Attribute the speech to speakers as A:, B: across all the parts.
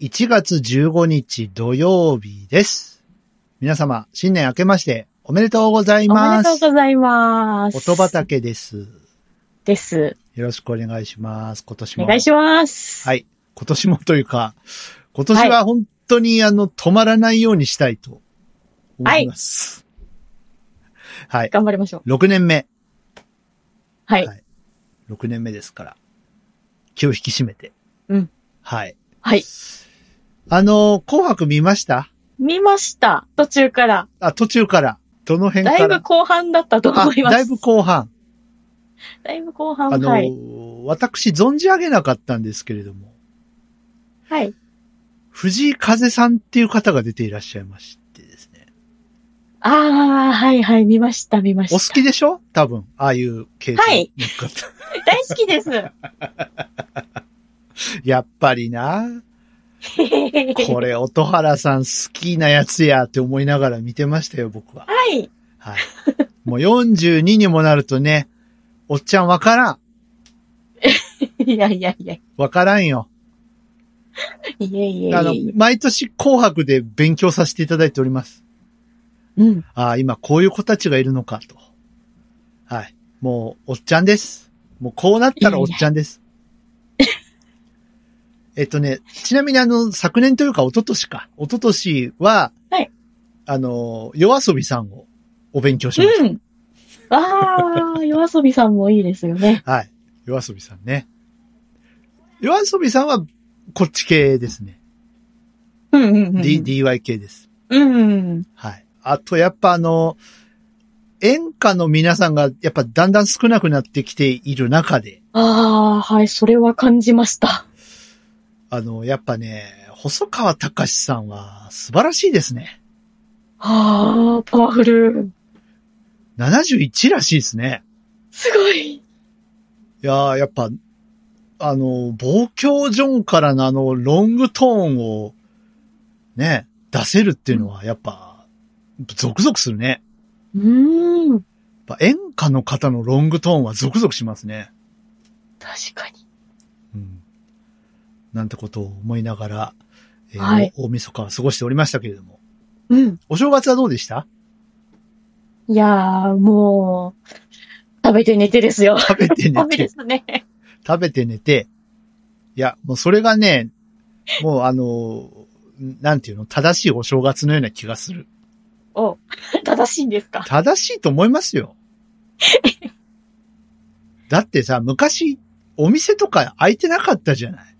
A: 1月15日土曜日です。皆様、新年明けましておめでとうござい
B: おめ
A: ま
B: ですとう。ございます。
A: 音畑です。
B: です。
A: よろしくお願いします。今年も。
B: お願いします。
A: はい。今年もというか、今年は本当に、あの、止まらないようにしたいと思います。はい。
B: 頑張りましょう。
A: 6年目。
B: はい。
A: はい6年目ですから。気を引き締めて。
B: うん。
A: はい。
B: はい。
A: あの、紅白見ました
B: 見ました。途中から。
A: あ、途中から。どの辺か
B: だい
A: ら
B: ぶ後半だったと思いま
A: あ
B: す。
A: だいぶ後半。
B: だいぶ後半。
A: あの、
B: はい。
A: 私存じ上げなかったんですけれども、
B: はい。
A: 藤井風さんっていう方が出ていらっしゃいましてですね。
B: ああ、はいはい。見ました、見まし
A: お
B: た。
A: 好きでしょ多分、ああいう系統
B: はい
A: の方
B: 大好きです。
A: やっぱりな。 これ、音原さん好きなやつやって思いながら見てましたよ、僕は。
B: はい。
A: はい。もう42にもなるとね、おっちゃんわからん。
B: いやいやいや。い
A: わからんよ。
B: えいえいえい
A: あの
B: え。、
A: 毎年紅白で勉強させていただいております。
B: うん。
A: ああ、今こういう子たちがいるのかと。はい。もう、おっちゃんです。もうこうなったらおっちゃんです。 えっとね、ちなみにあの、昨年というか一昨年か。一昨年は、
B: はい
A: あの、夜遊びさんをお勉強しまし
B: うん。ああ、夜遊びさんもいいですよね。
A: た。はい。夜遊びさんね。夜遊びさんは、こっち系ですね。
B: うんうんうん。
A: D、DY 系です。
B: うんうん。
A: はい。あと、やっぱあの、演歌の皆さんが、やっぱだんだん少なくなってきている中で、
B: ああ、はい。それは感じました。
A: あの、やっぱね、細川隆さんは素晴らしいですね。
B: ああ、パワフル。
A: 71らしいですね。
B: すごい。
A: いやー、やっぱ、あの、望郷ジョンからのあの、ロングトーンを、ね、出せるっていうのは、やっぱ、ゾクゾクするね。
B: うーん。
A: やっぱ演歌の方のロングトーンはゾクゾクしますね。
B: 確かに。
A: うんなんてことを思いながら、えー
B: はい
A: 大晦日は過ごしておりましたけれども。
B: うん。
A: お正月はどうで した
B: いやー、もう、食べて寝てですよ。
A: 食べて
B: ダ
A: 寝
B: メで
A: て、
B: すね。
A: 食べて寝て。いや、もうそれがね、もうあのー、なんていうの、正しいお正月のような気がする。
B: お、正しいんですか
A: 正しいと思います よ。だってさ、昔、お店とか開いてなかったじゃない。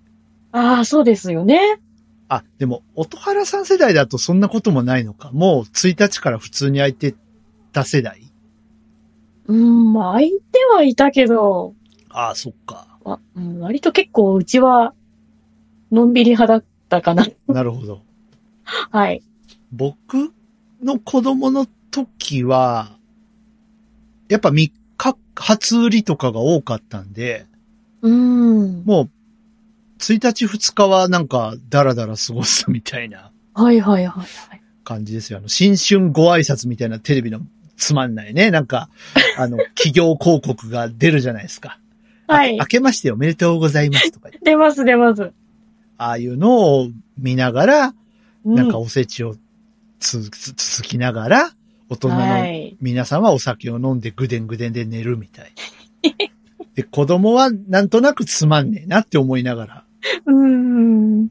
B: ああ、そうですよね。
A: あ、でも、音原さん世代だとそんなこともないのか。もう1日から普通に開いてた世代
B: うん、まあ、相手はいたけど、
A: ああ、そっか。
B: わうん、割と結構、うちは、のんびり派だったかな。
A: なるほど。
B: はい。
A: 僕の子供の時は、やっぱ3日、初売りとかが多かったんで、
B: うーん。
A: もう、1日2日はなんか、だらだら過ごすみたいな
B: はいはいはいはい。
A: 感じですよ。あの、新春ご挨拶みたいなテレビのつまんないね。なんか、あ の、企業広告が出るじゃないですか。
B: はい
A: 明。けましておめでとうございますとか言って、
B: 出ます出ます。
A: ああいうのを見ながら、
B: う
A: なんかおせちをつ、つ、つきながら、大人
B: は
A: の
B: い。
A: 皆さんはお酒を飲んでぐでんぐでんで寝るみたい。で、子供はなんとなくつまんねえなって思いながら。
B: うーん。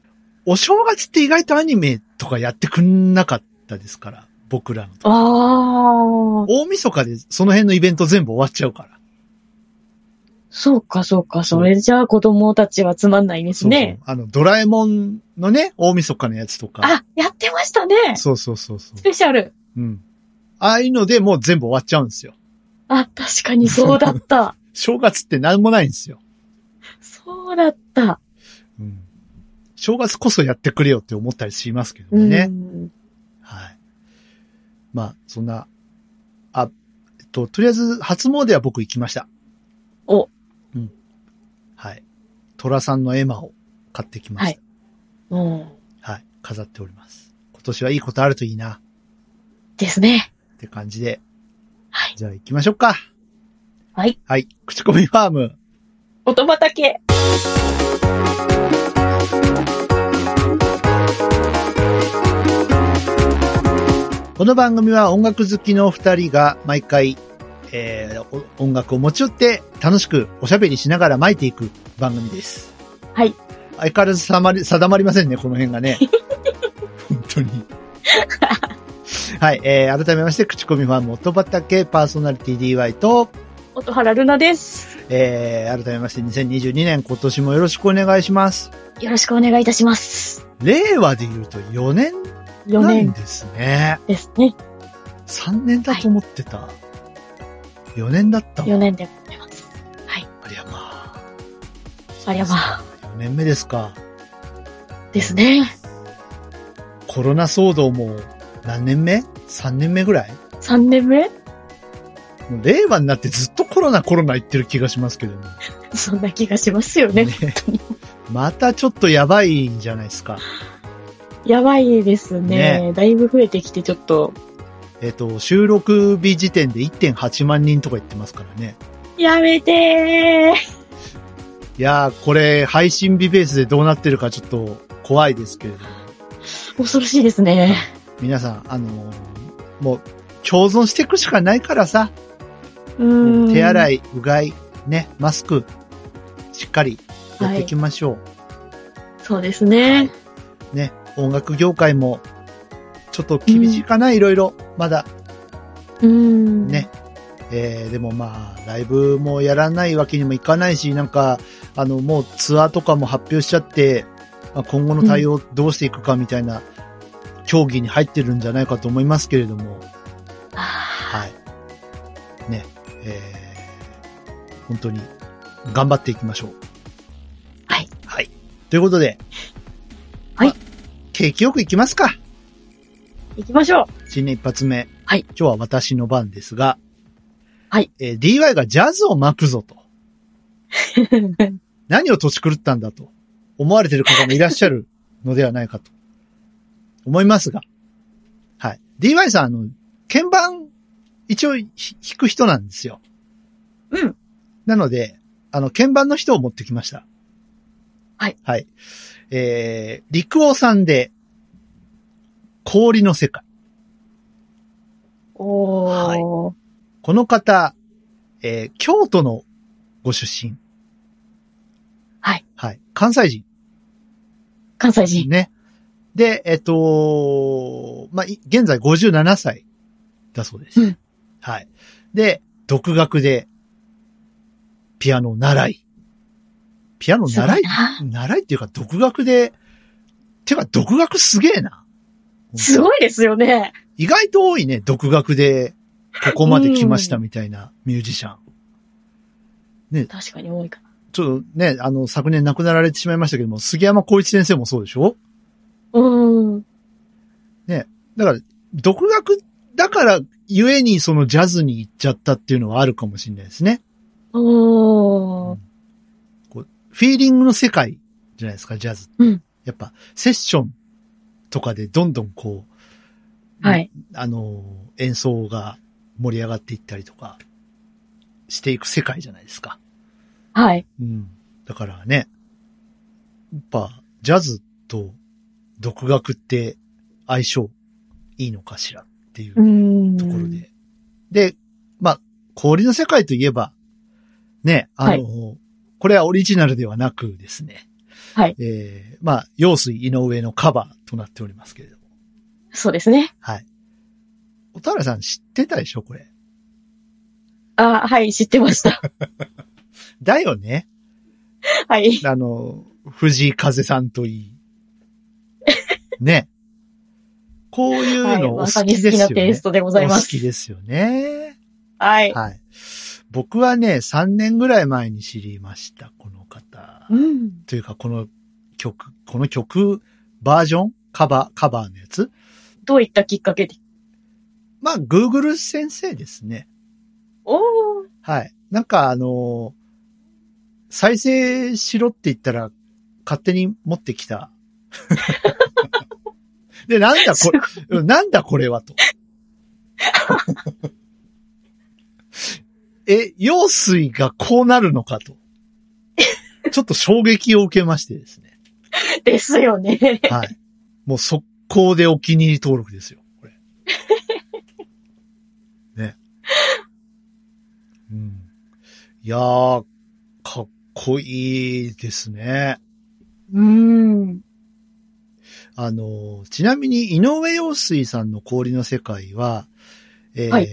A: お正月って意外とアニメとかやってくんなかったですから、僕らの。
B: ああ、
A: 大晦日でその辺のイベント全部終わっちゃうから。
B: そうかそうか。それじゃあ子供たちはつまんないですね。
A: そうそうあの、ドラえもんのね、大晦日のやつとか。
B: あ、やってましたね。
A: そうそうそうそ
B: スペシャル。
A: う。うん。ああいうのでもう全部終わっちゃうんですよ。
B: あ、確かにそうだった。
A: 正月って何もないんですよ。
B: そうだった。
A: うん正月こそやってくれよって思ったりしますけど
B: う
A: も
B: ん。
A: ね。はい。まあ、そんな、あ、えっと、とりあえず、初詣は僕行きました。
B: お。
A: うん。はい。虎さんの絵馬を買ってきました。
B: うん。
A: はい。飾っております。今年はいいことあるといいな、
B: ですね。
A: って感じで。
B: はい。
A: じゃあ行きましょうか。
B: はい。
A: はい。口コミファーム。
B: 音畑。
A: この番組は音楽好きのお二人が毎回、えーお音楽を持ち寄って楽しくおしゃべりしながら巻いていく番組です。
B: はい。
A: 相変わらず定まり、定まりませんね、この辺が ね。本当に。はい、えー改めまして、口コミファン元畑パーソナリティ DY と、
B: 音原ルナです。
A: えー改めまして2022年今年もよろしくお願いします。
B: よろしくお願いいたします。
A: 令和で言うと4年
B: 4
A: なん
B: 年
A: ですね。
B: ですね。
A: 3年だと思ってた。4年だったわ。
B: 4年でございます。
A: ありゃまあ。
B: ありゃまあ。
A: 4年目ですか。
B: ですね。
A: コロナ騒動も何年目 ?3 年目ぐらい
B: 3年目
A: もう令和になってずっとコロナコロナ言ってる気がしますけどね。
B: そんな気がしますよね。
A: ね
B: 本当に。
A: またちょっとやばいんじゃないですか。
B: やばいですね
A: ね
B: だいぶ増えてきて、ちょっと。
A: えっ、と、収録日時点で1.8万人とか言ってますからね。
B: やめてー
A: いやー、これ配信日ベースでどうなってるかちょっと怖いですけれども。
B: 恐ろしいですね。
A: 皆さん、あのーもう共存していくしかないからさ。
B: うーん。
A: 手洗
B: い。
A: い、うがい、ね、マスク、しっかりやっていきましょう。
B: そうですね。
A: ね、音楽業界も、ちょっと厳しいかな、いろいろ。まだ、
B: うーん。
A: ね。えー、でもまあ、ライブもやらないわけにもいかないし、なんか、あの、もうツアーとかも発表しちゃって、まあ、今後の対応どうしていくかみたいな、競技に入ってるんじゃないかと思いますけれども、
B: あ
A: はい。ね、えー、本当に、頑張っていきましょう。
B: はい。
A: はい。ということで、
B: はい
A: まあ。景気よくいきますか。
B: ー行きましょう。
A: 新年一発目。
B: はい
A: 今日は私の番ですが。
B: はい。
A: えー DY がジャズを巻くぞと。何を年狂ったんだと思われてる方もいらっしゃ るのではないかと思いますが。はい。DY さん、あの、鍵盤、一応ひ弾く人なんですよ。
B: うん。
A: なので、あの、鍵盤の人を持ってきました。
B: はい。
A: はい。えー、陸王さんで、氷の世界。
B: おー。
A: この方、えー京都のご出身。
B: はい。
A: はい。関西人。
B: 関西人。
A: ね。で、えっと、まあ、い現在57歳だそうです。
B: うん
A: はい。で、独学で、ピアノを習い。ピアノを
B: すご
A: 習い
B: な
A: 習いっていうか、独学で、てか、独学すげえな。
B: すごいですよね。
A: 意外と多いね、独学で、ここまで来ましたみたいなミュージシャン。
B: 確かに多いかな。
A: ちょっとね、あの、昨年亡くなられてしまいましたけども、杉山光一先生もそうでしょ
B: うーん。
A: だから、独学だから、ゆえにそのジャズに行っちゃったっていうのはあるかもしれないですね。
B: おー。
A: フィーリングの世界じゃないですか、ジャズ。
B: うん
A: やっぱ、セッションとかでどんどんこう、
B: はい。
A: あの、演奏が盛り上がっていったりとか、していく世界じゃないですか。
B: はい。
A: うん。だからね、やっぱ、ジャズと独学って相性いいのかしらっていう
B: うーん。
A: ところで。。で、まあ、氷の世界といえば、ね、あの、これはオリジナルではなくですね。
B: はい。
A: えー、まあ、陽水井上のカバーとなっておりますけれども。
B: そうですね。
A: はい。小田原さん知ってたでしょこれ。
B: あはい、知ってま した。
A: だよね。
B: はい。
A: あの、藤井風さんとい い。ね。こういう
B: はい、
A: のお
B: まさ
A: 好
B: に
A: きで
B: 好
A: すよ
B: きな
A: ね。
B: テイストでございま
A: お好
B: す。
A: きですよね。
B: はい。
A: はい。僕はね、3年ぐらい前に知りました、この方。
B: うん。
A: というか、この曲、この曲、バージョンカバー、カバーのやつ
B: どういったきっかけで
A: まあ、Google 先生ですね。
B: おー。
A: はい。なんか、あの再生しろって言ったら、勝手に持ってきた。 で、なんだこれ、うんなんだこれはと。 え、用水がこうなるのかと。ちょっと衝撃を受けましてですね。
B: ですよね。
A: はい。もう速攻でお気に入り登録ですよ、これ。うん。いやー、かっこいいですね。
B: うん。
A: あの、ちなみに井上陽水さんの氷の世界は、えー
B: はい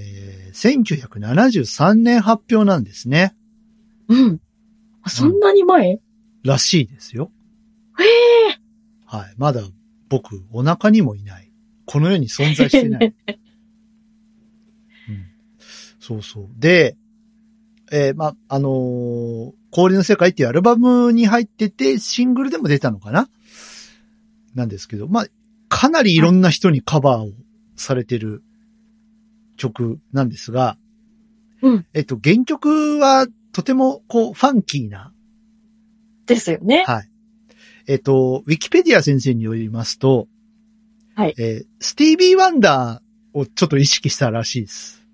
A: 1973年発表なんですね。
B: うん。あそんなに前、
A: らしいですよ。
B: へえ
A: はい。まだ僕、お腹にもいない。この世に存在して ない。うん、そうそう。で、えーま、あのー氷の世界っていうアルバムに入ってて、シングルでも出たのかななんですけど、まあ、かなりいろんな人にカバーをされてる曲なんですが、
B: うん
A: えっと、原曲はとてもこう、ファンキーな
B: ですよね。
A: はい。えっと、ウィキペディア先生によりますと、
B: はい
A: えースティービー・ワンダーをちょっと意識したらしいです。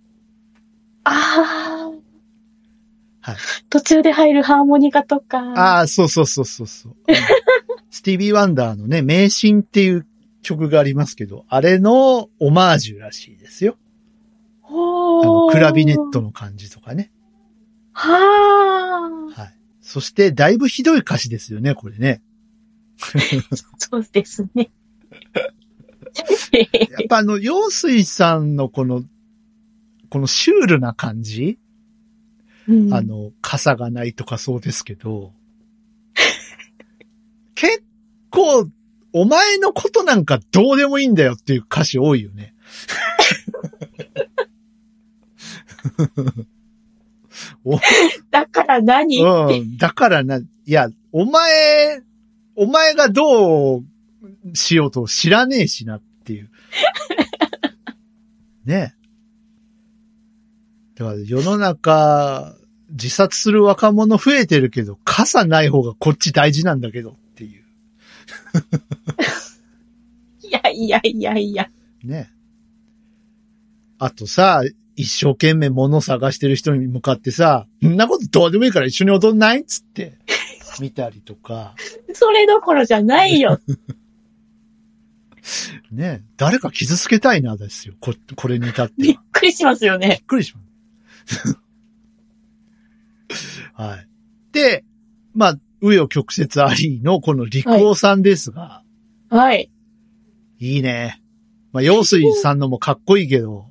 B: ああ。
A: はい
B: 途中で入るハーモニカとか。
A: ああ、そうそうそうそう そう。うんスティービー・ワンダーのね、名神っていう曲がありますけど、あれのオマージュらしいですよ。あの
B: ほー
A: クラビネット。の感じとかね。
B: は
A: はい。そして、だいぶひどい歌詞ですよね、これね。
B: あ。そうですね。
A: やっぱあの、陽水さんのこの、このシュールな感じ
B: う ん
A: あの、傘がないとかそうですけど、 結構、お前のことなんかどうでもいいんだよっていう歌詞多いよね。
B: だから何
A: うん。だからな、いや、お前、お前がどうしようと知らねえしなって いう。ねえ。だから世の中、自殺する若者増えてるけど、傘ない方がこっち大事なんだけどっていう。
B: いやいやいやいや。
A: ね。あとさ、一生懸命物探してる人に向かってさ、そんなことどうでもいいから一緒に踊んないっつって、見たりとか、
B: それどころじゃな いよ。
A: ね。誰か傷つけたいな、ですよ。こ、これに至って
B: びっ
A: は。
B: くりしますよ
A: び
B: ね。
A: っくりします。 はい。で、まあ、紆余曲折ありのこの陸王さんですが、
B: はい。
A: い、いね。まあ、陽水さんのもかっこいいけど、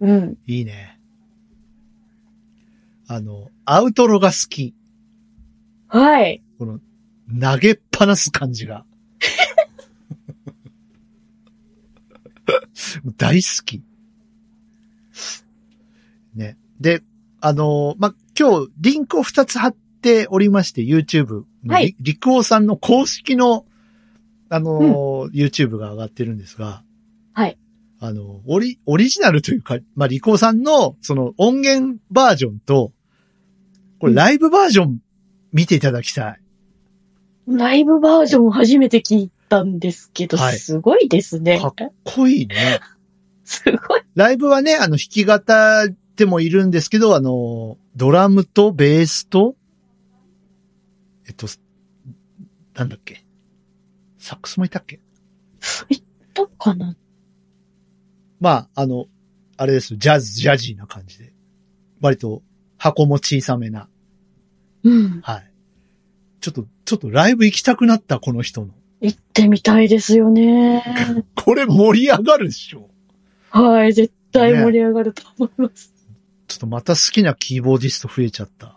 B: うん。
A: いいね。あの、アウトロが好き。
B: はい。
A: この、投げっぱなす感じが。 大好き。ね。で、あのま、今日、リンクを2つ貼っておりまして、YouTube の、
B: はい
A: り陸王さんの公式の、あのー YouTube が上がってるんですが、
B: はい。
A: あの、オリ、オリジナルというか、まあ、リコーさんの、その音源バージョンと、これライブバージョン見ていただきたい。
B: ライブバージョンを初めて聞いたんですけど、
A: はい
B: すごいですね。
A: かっ濃いね。
B: すごい。
A: ライブはね、あの、弾き語ってもいるんですけど、あの、ドラムとベースと、えっと、なんだっけ。サックスもいたっけ
B: どうかな
A: まあ、あの、あれです。ジャズ、ジャジーな感じで。割と、箱も小さめな。
B: うん。
A: はい。ちょっと、ちょっとライブ行きたくなった、この人の。
B: 行ってみたいですよ ね。
A: これ盛り上がるでしょ。
B: はい。絶対盛り上がると思います。
A: ちょっとまた好きなキーボーディスト増えちゃった。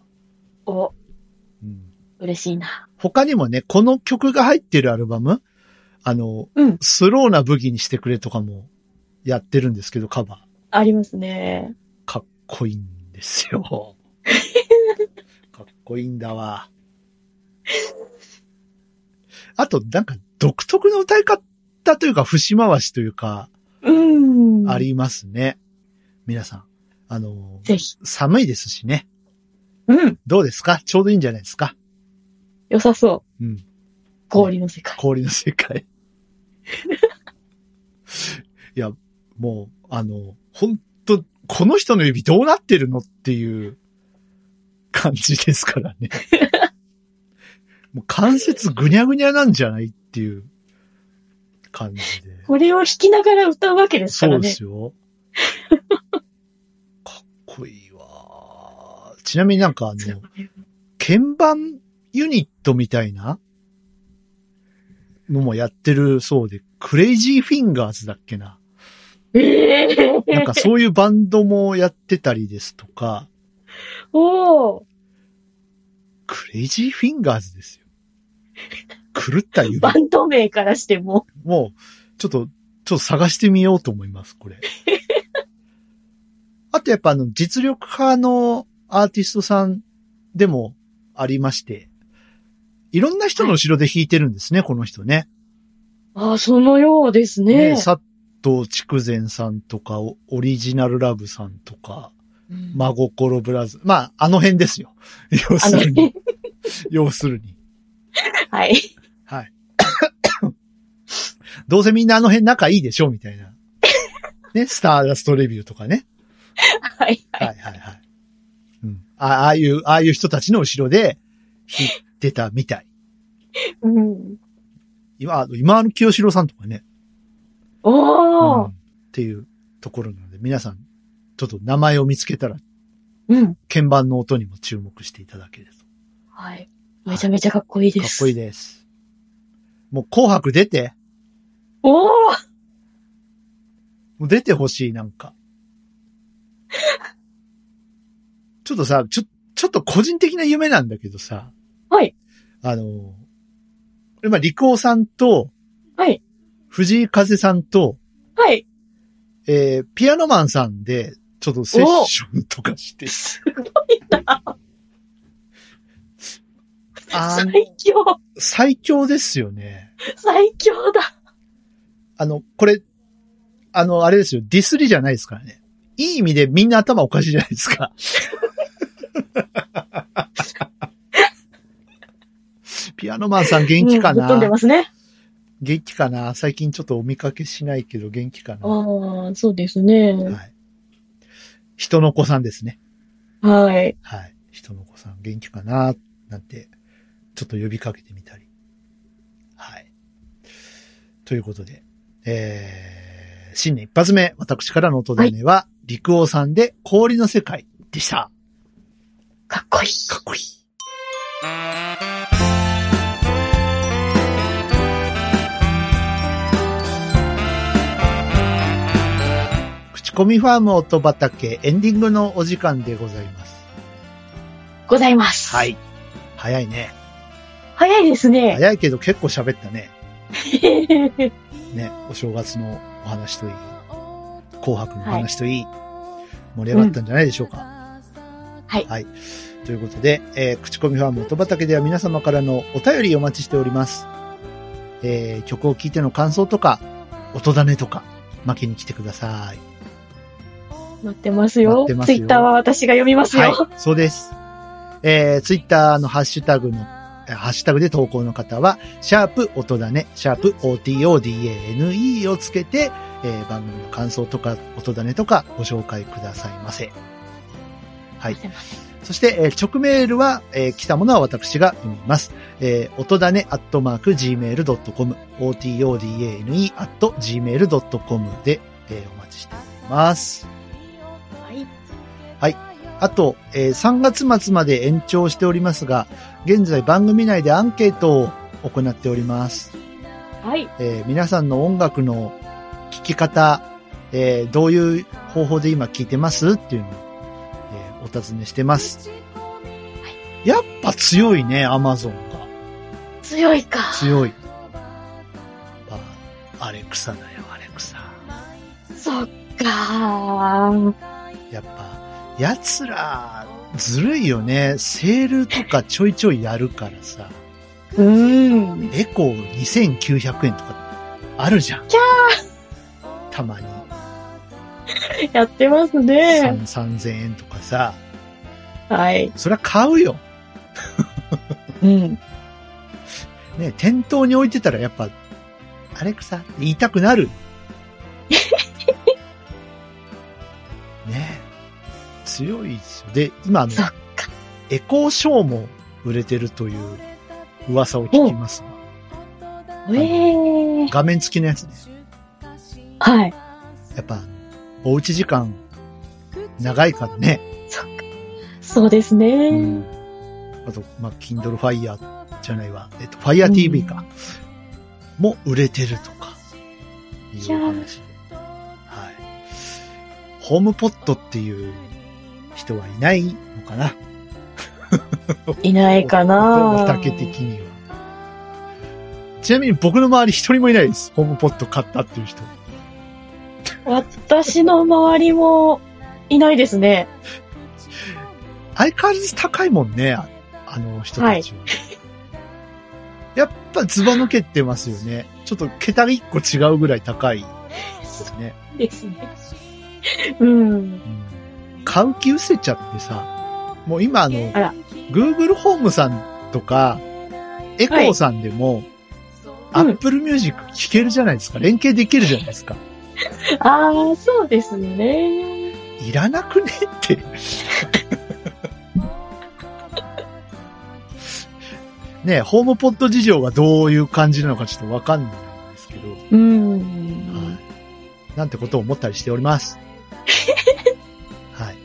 B: お、
A: うん、
B: 嬉しいな。
A: 他にもね、この曲が入ってるアルバム、あの、
B: うん。
A: スローなブギにしてくれとかもやってるんですけど、カバー。
B: ありますね。
A: かっこいいんです よ。かっこいいんだわ。あと、なんか、独特の歌い方というか、節回しというか、
B: うん。
A: あ。りますね。皆さん。あの、
B: ぜひ。
A: 寒いですしね。
B: うん。
A: どうですかちょうどいいんじゃないですか
B: 良さそう。
A: うん。
B: 氷の世界。
A: 氷の世界。いや、もう、あの、本当この人の指どうなってるのっていう感じですからね。もう関節ぐにゃぐにゃなんじゃないっていう感じで。
B: これを弾きながら歌う わけですか
A: そ
B: ら
A: うで
B: ね。
A: すよ。かっこいいわちなみになんかあの、鍵盤ユニットみたいなのもやってるそうで、クレイジーフィンガーズだっけな。
B: ええ
A: なんかそういうバンドもやってたりですとか、
B: おお
A: クレイジーフィンガーズですよ。狂った夢。
B: バンド名からしても。
A: もう、ちょっと、ちょっと探してみようと思います、 これ。あとやっぱあの、実力派のアーティストさんでもありまして、いろんな人の後ろで弾いてるんですね、この人ね。
B: ああ、そのようです
A: ね
B: ね。
A: 佐藤筑前さんとか、オオリジナルラブさんとか、
B: うん
A: 真心ブラズ、まあ、あの辺ですよ。要
B: あ
A: す
B: の
A: るに、要するに。
B: はい。
A: はい。 どうせみんなあの辺仲いいでしょみたい な。ね、スターダストレビューとかね。
B: はい。
A: はいはいはい。うん。あああいう、ああいう人たちの後ろで弾いてたみたい。
B: うん。
A: 今、あの今の清志郎さんとかね。
B: お
A: うん
B: お、
A: っていうところなので、皆さん、ちょっと名前を見つけたら、
B: うん。
A: 鍵盤の音にも注目していただけると。
B: はい。めちゃめちゃかっこいいで
A: かっ
B: す。
A: こいいです。もう紅白出て、
B: おお
A: もう出てほしい、なんか。ちょっとさ、ちょ、ちょっと個人的な夢なんだけどさ。
B: はい。
A: あの、今、リコーさんと、
B: はい。
A: 藤井風さんと、
B: はい。
A: えー、ピアノマンさんで、ちょっとセッションとかして。
B: すごいな。
A: あー
B: 最強。
A: 最強ですよね。
B: 最強だ。
A: あの、これ、あの、あれですよ。ディスりじゃないですからね。いい意味でみんな頭おかしいじゃないですか。ピアノマンさん元気か
B: うんぶっ飛んで
A: な
B: ますね。
A: 元気かな最近ちょっとお見かけしないけど元気かなは
B: ああ、そうですね。
A: い。人の子さんですね。
B: はい。
A: はい。人の子さん元気かななんて、ちょっと呼びかけてみたり。はい。ということで、えー、新年一発目、私からの音種は、陸王さんで氷の世界でした。
B: かっこいい。
A: かっこいい。口コミファーム音畑エンディングのお時間でございます。
B: ございます。
A: は。い。早いね。
B: 早いですね。
A: 早いけど結構喋ったね。ね、お正月のお話といい、紅白のお話といい、盛り上がったんじゃないでしょうか。
B: はい
A: はい。ということで、えー口コミファーム音畑では皆様からのお便りお待ちしております。えー曲を聴いての感想とか、音種とか、負けに来てください。
B: 待ってますよ。
A: 待ってます
B: ツ
A: よ
B: イッターは私が読みますよ。
A: はい、そうです。えー、ツイッターのハッシュタグの、えーハッシュタグで投稿の方は、シャープ音だね、シャープ otodane をつけて、えー番組の感想とか、音だねとかご紹介くださいませ。はい。そして、えー直メールは、えー来たものは私が読みます。えー、音だね、アットマーク、gmail.com、otodane、アット、gmail.com で、えーお待ちしております。
B: はい。
A: あと、えー3月末まで延長しておりますが、現在番組内でアンケートを行っております。
B: はい。
A: えー皆さんの音楽の聴き方、えーどういう方法で今聴いてますっていうのを、えーお尋ねしてます。やっぱ強いね、アマゾンが。
B: 強いか。
A: 強い。やっぱアレクサだよ、アレクサ。
B: そっかー。
A: やっぱ、奴ら、ずるいよね。セールとかちょいちょいやるからさ。
B: うーん。
A: エコー2900円とかあるじゃん。
B: キャ
A: たまに
B: ーやってますね。
A: 3 3000円とかさ、
B: はい。
A: そりゃ買うよ。
B: うん。
A: ね、店頭に置いてたらやっぱ、アレクサって言いたくな る。ね強いですよ。で、今あの
B: そっか、
A: エコーショーも売れてるという噂を聞きますわ。
B: ええー。
A: 画面付きのやつね。
B: はい。
A: やっぱ、おうち時間長いからね。
B: そっか。そうです
C: う
B: ね。
C: ん。
A: あと、まあ、Kindle Fire じゃないわ。えっと、Fire TV か。も売れてるとか。いうお話で。はい。ホームポットっていう人はいないのかない
B: ないか
A: お
B: な
A: 畑的には。ちなみに僕の周り一人もいないです。ホームポット買ったっていう人。
B: 私の周りもいないですね。
A: 相変わらず高いもんね、ああの人たちは。やっぱズバ抜けてますよね。ちょっと桁が一個違うぐらい高いですね。
B: ですね。うん。
A: うん買う気失せちゃってさ、もう今あの
B: あ、ら。
A: Google ホームさんとか、エコーさんでも、
B: うん
A: Apple Music 聴けるじゃないですか。連携できるじゃないですか。
B: ああ、そうですね。
A: いらなくねって。ねえホームポット事情がどういう感じなのかちょっとわかんないんですけど、
B: うん。
A: なんてことを思ったりしております。 はい。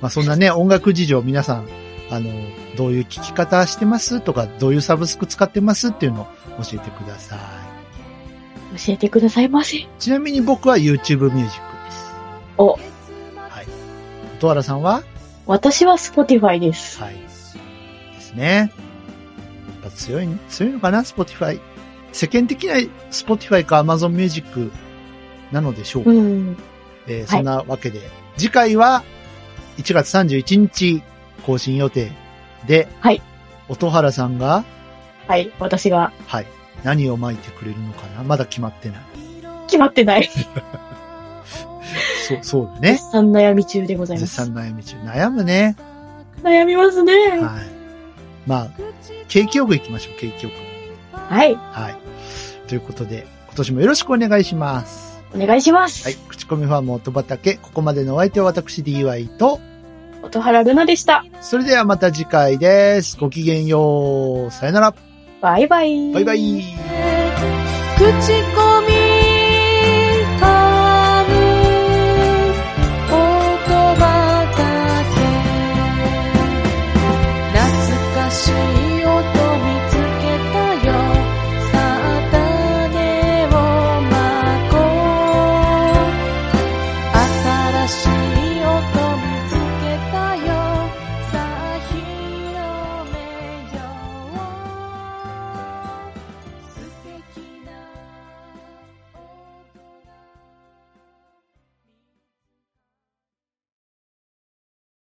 A: まあそんなね、音楽事情皆さん、あの、どういう聴き方してますとか、どういうサブスク使ってますっていうのを教えてください。
B: 教えてくださいませ。
A: ちなみに僕は YouTube ミュージックです。
B: お
A: はい。音原さんは
B: 私は Spotify です。
A: はい。ですね。やっぱ強い、強いのかな ?Spotify。世間的な Spotify か Amazon Music なのでしょうか。
B: うん。
A: えーそんなわけで、次回は1月31日更新予定で、
B: はい。
A: 音原さんが、
B: はい。私が
A: はい。何を巻いてくれるのかなまだ決まってない。
B: 決まってない。
A: そう、そうだね
B: 絶。賛悩み中でございま
A: 絶
B: す。
A: 賛悩み中。悩むね。
B: 悩みますね。
A: はい。まあ、景気よく行きましょう、景気よく。
B: はい。
A: はい。ということで、今年もよろしくお願いします。
B: お願いします。
A: はい。口コミファーム音畑、ここまでのお相手は私 DY と、
B: 音原ルナでした。
A: それではまた次回です。ごきげんよう。さよなら。
B: バイバイ。
A: バイバイ。
C: 口コ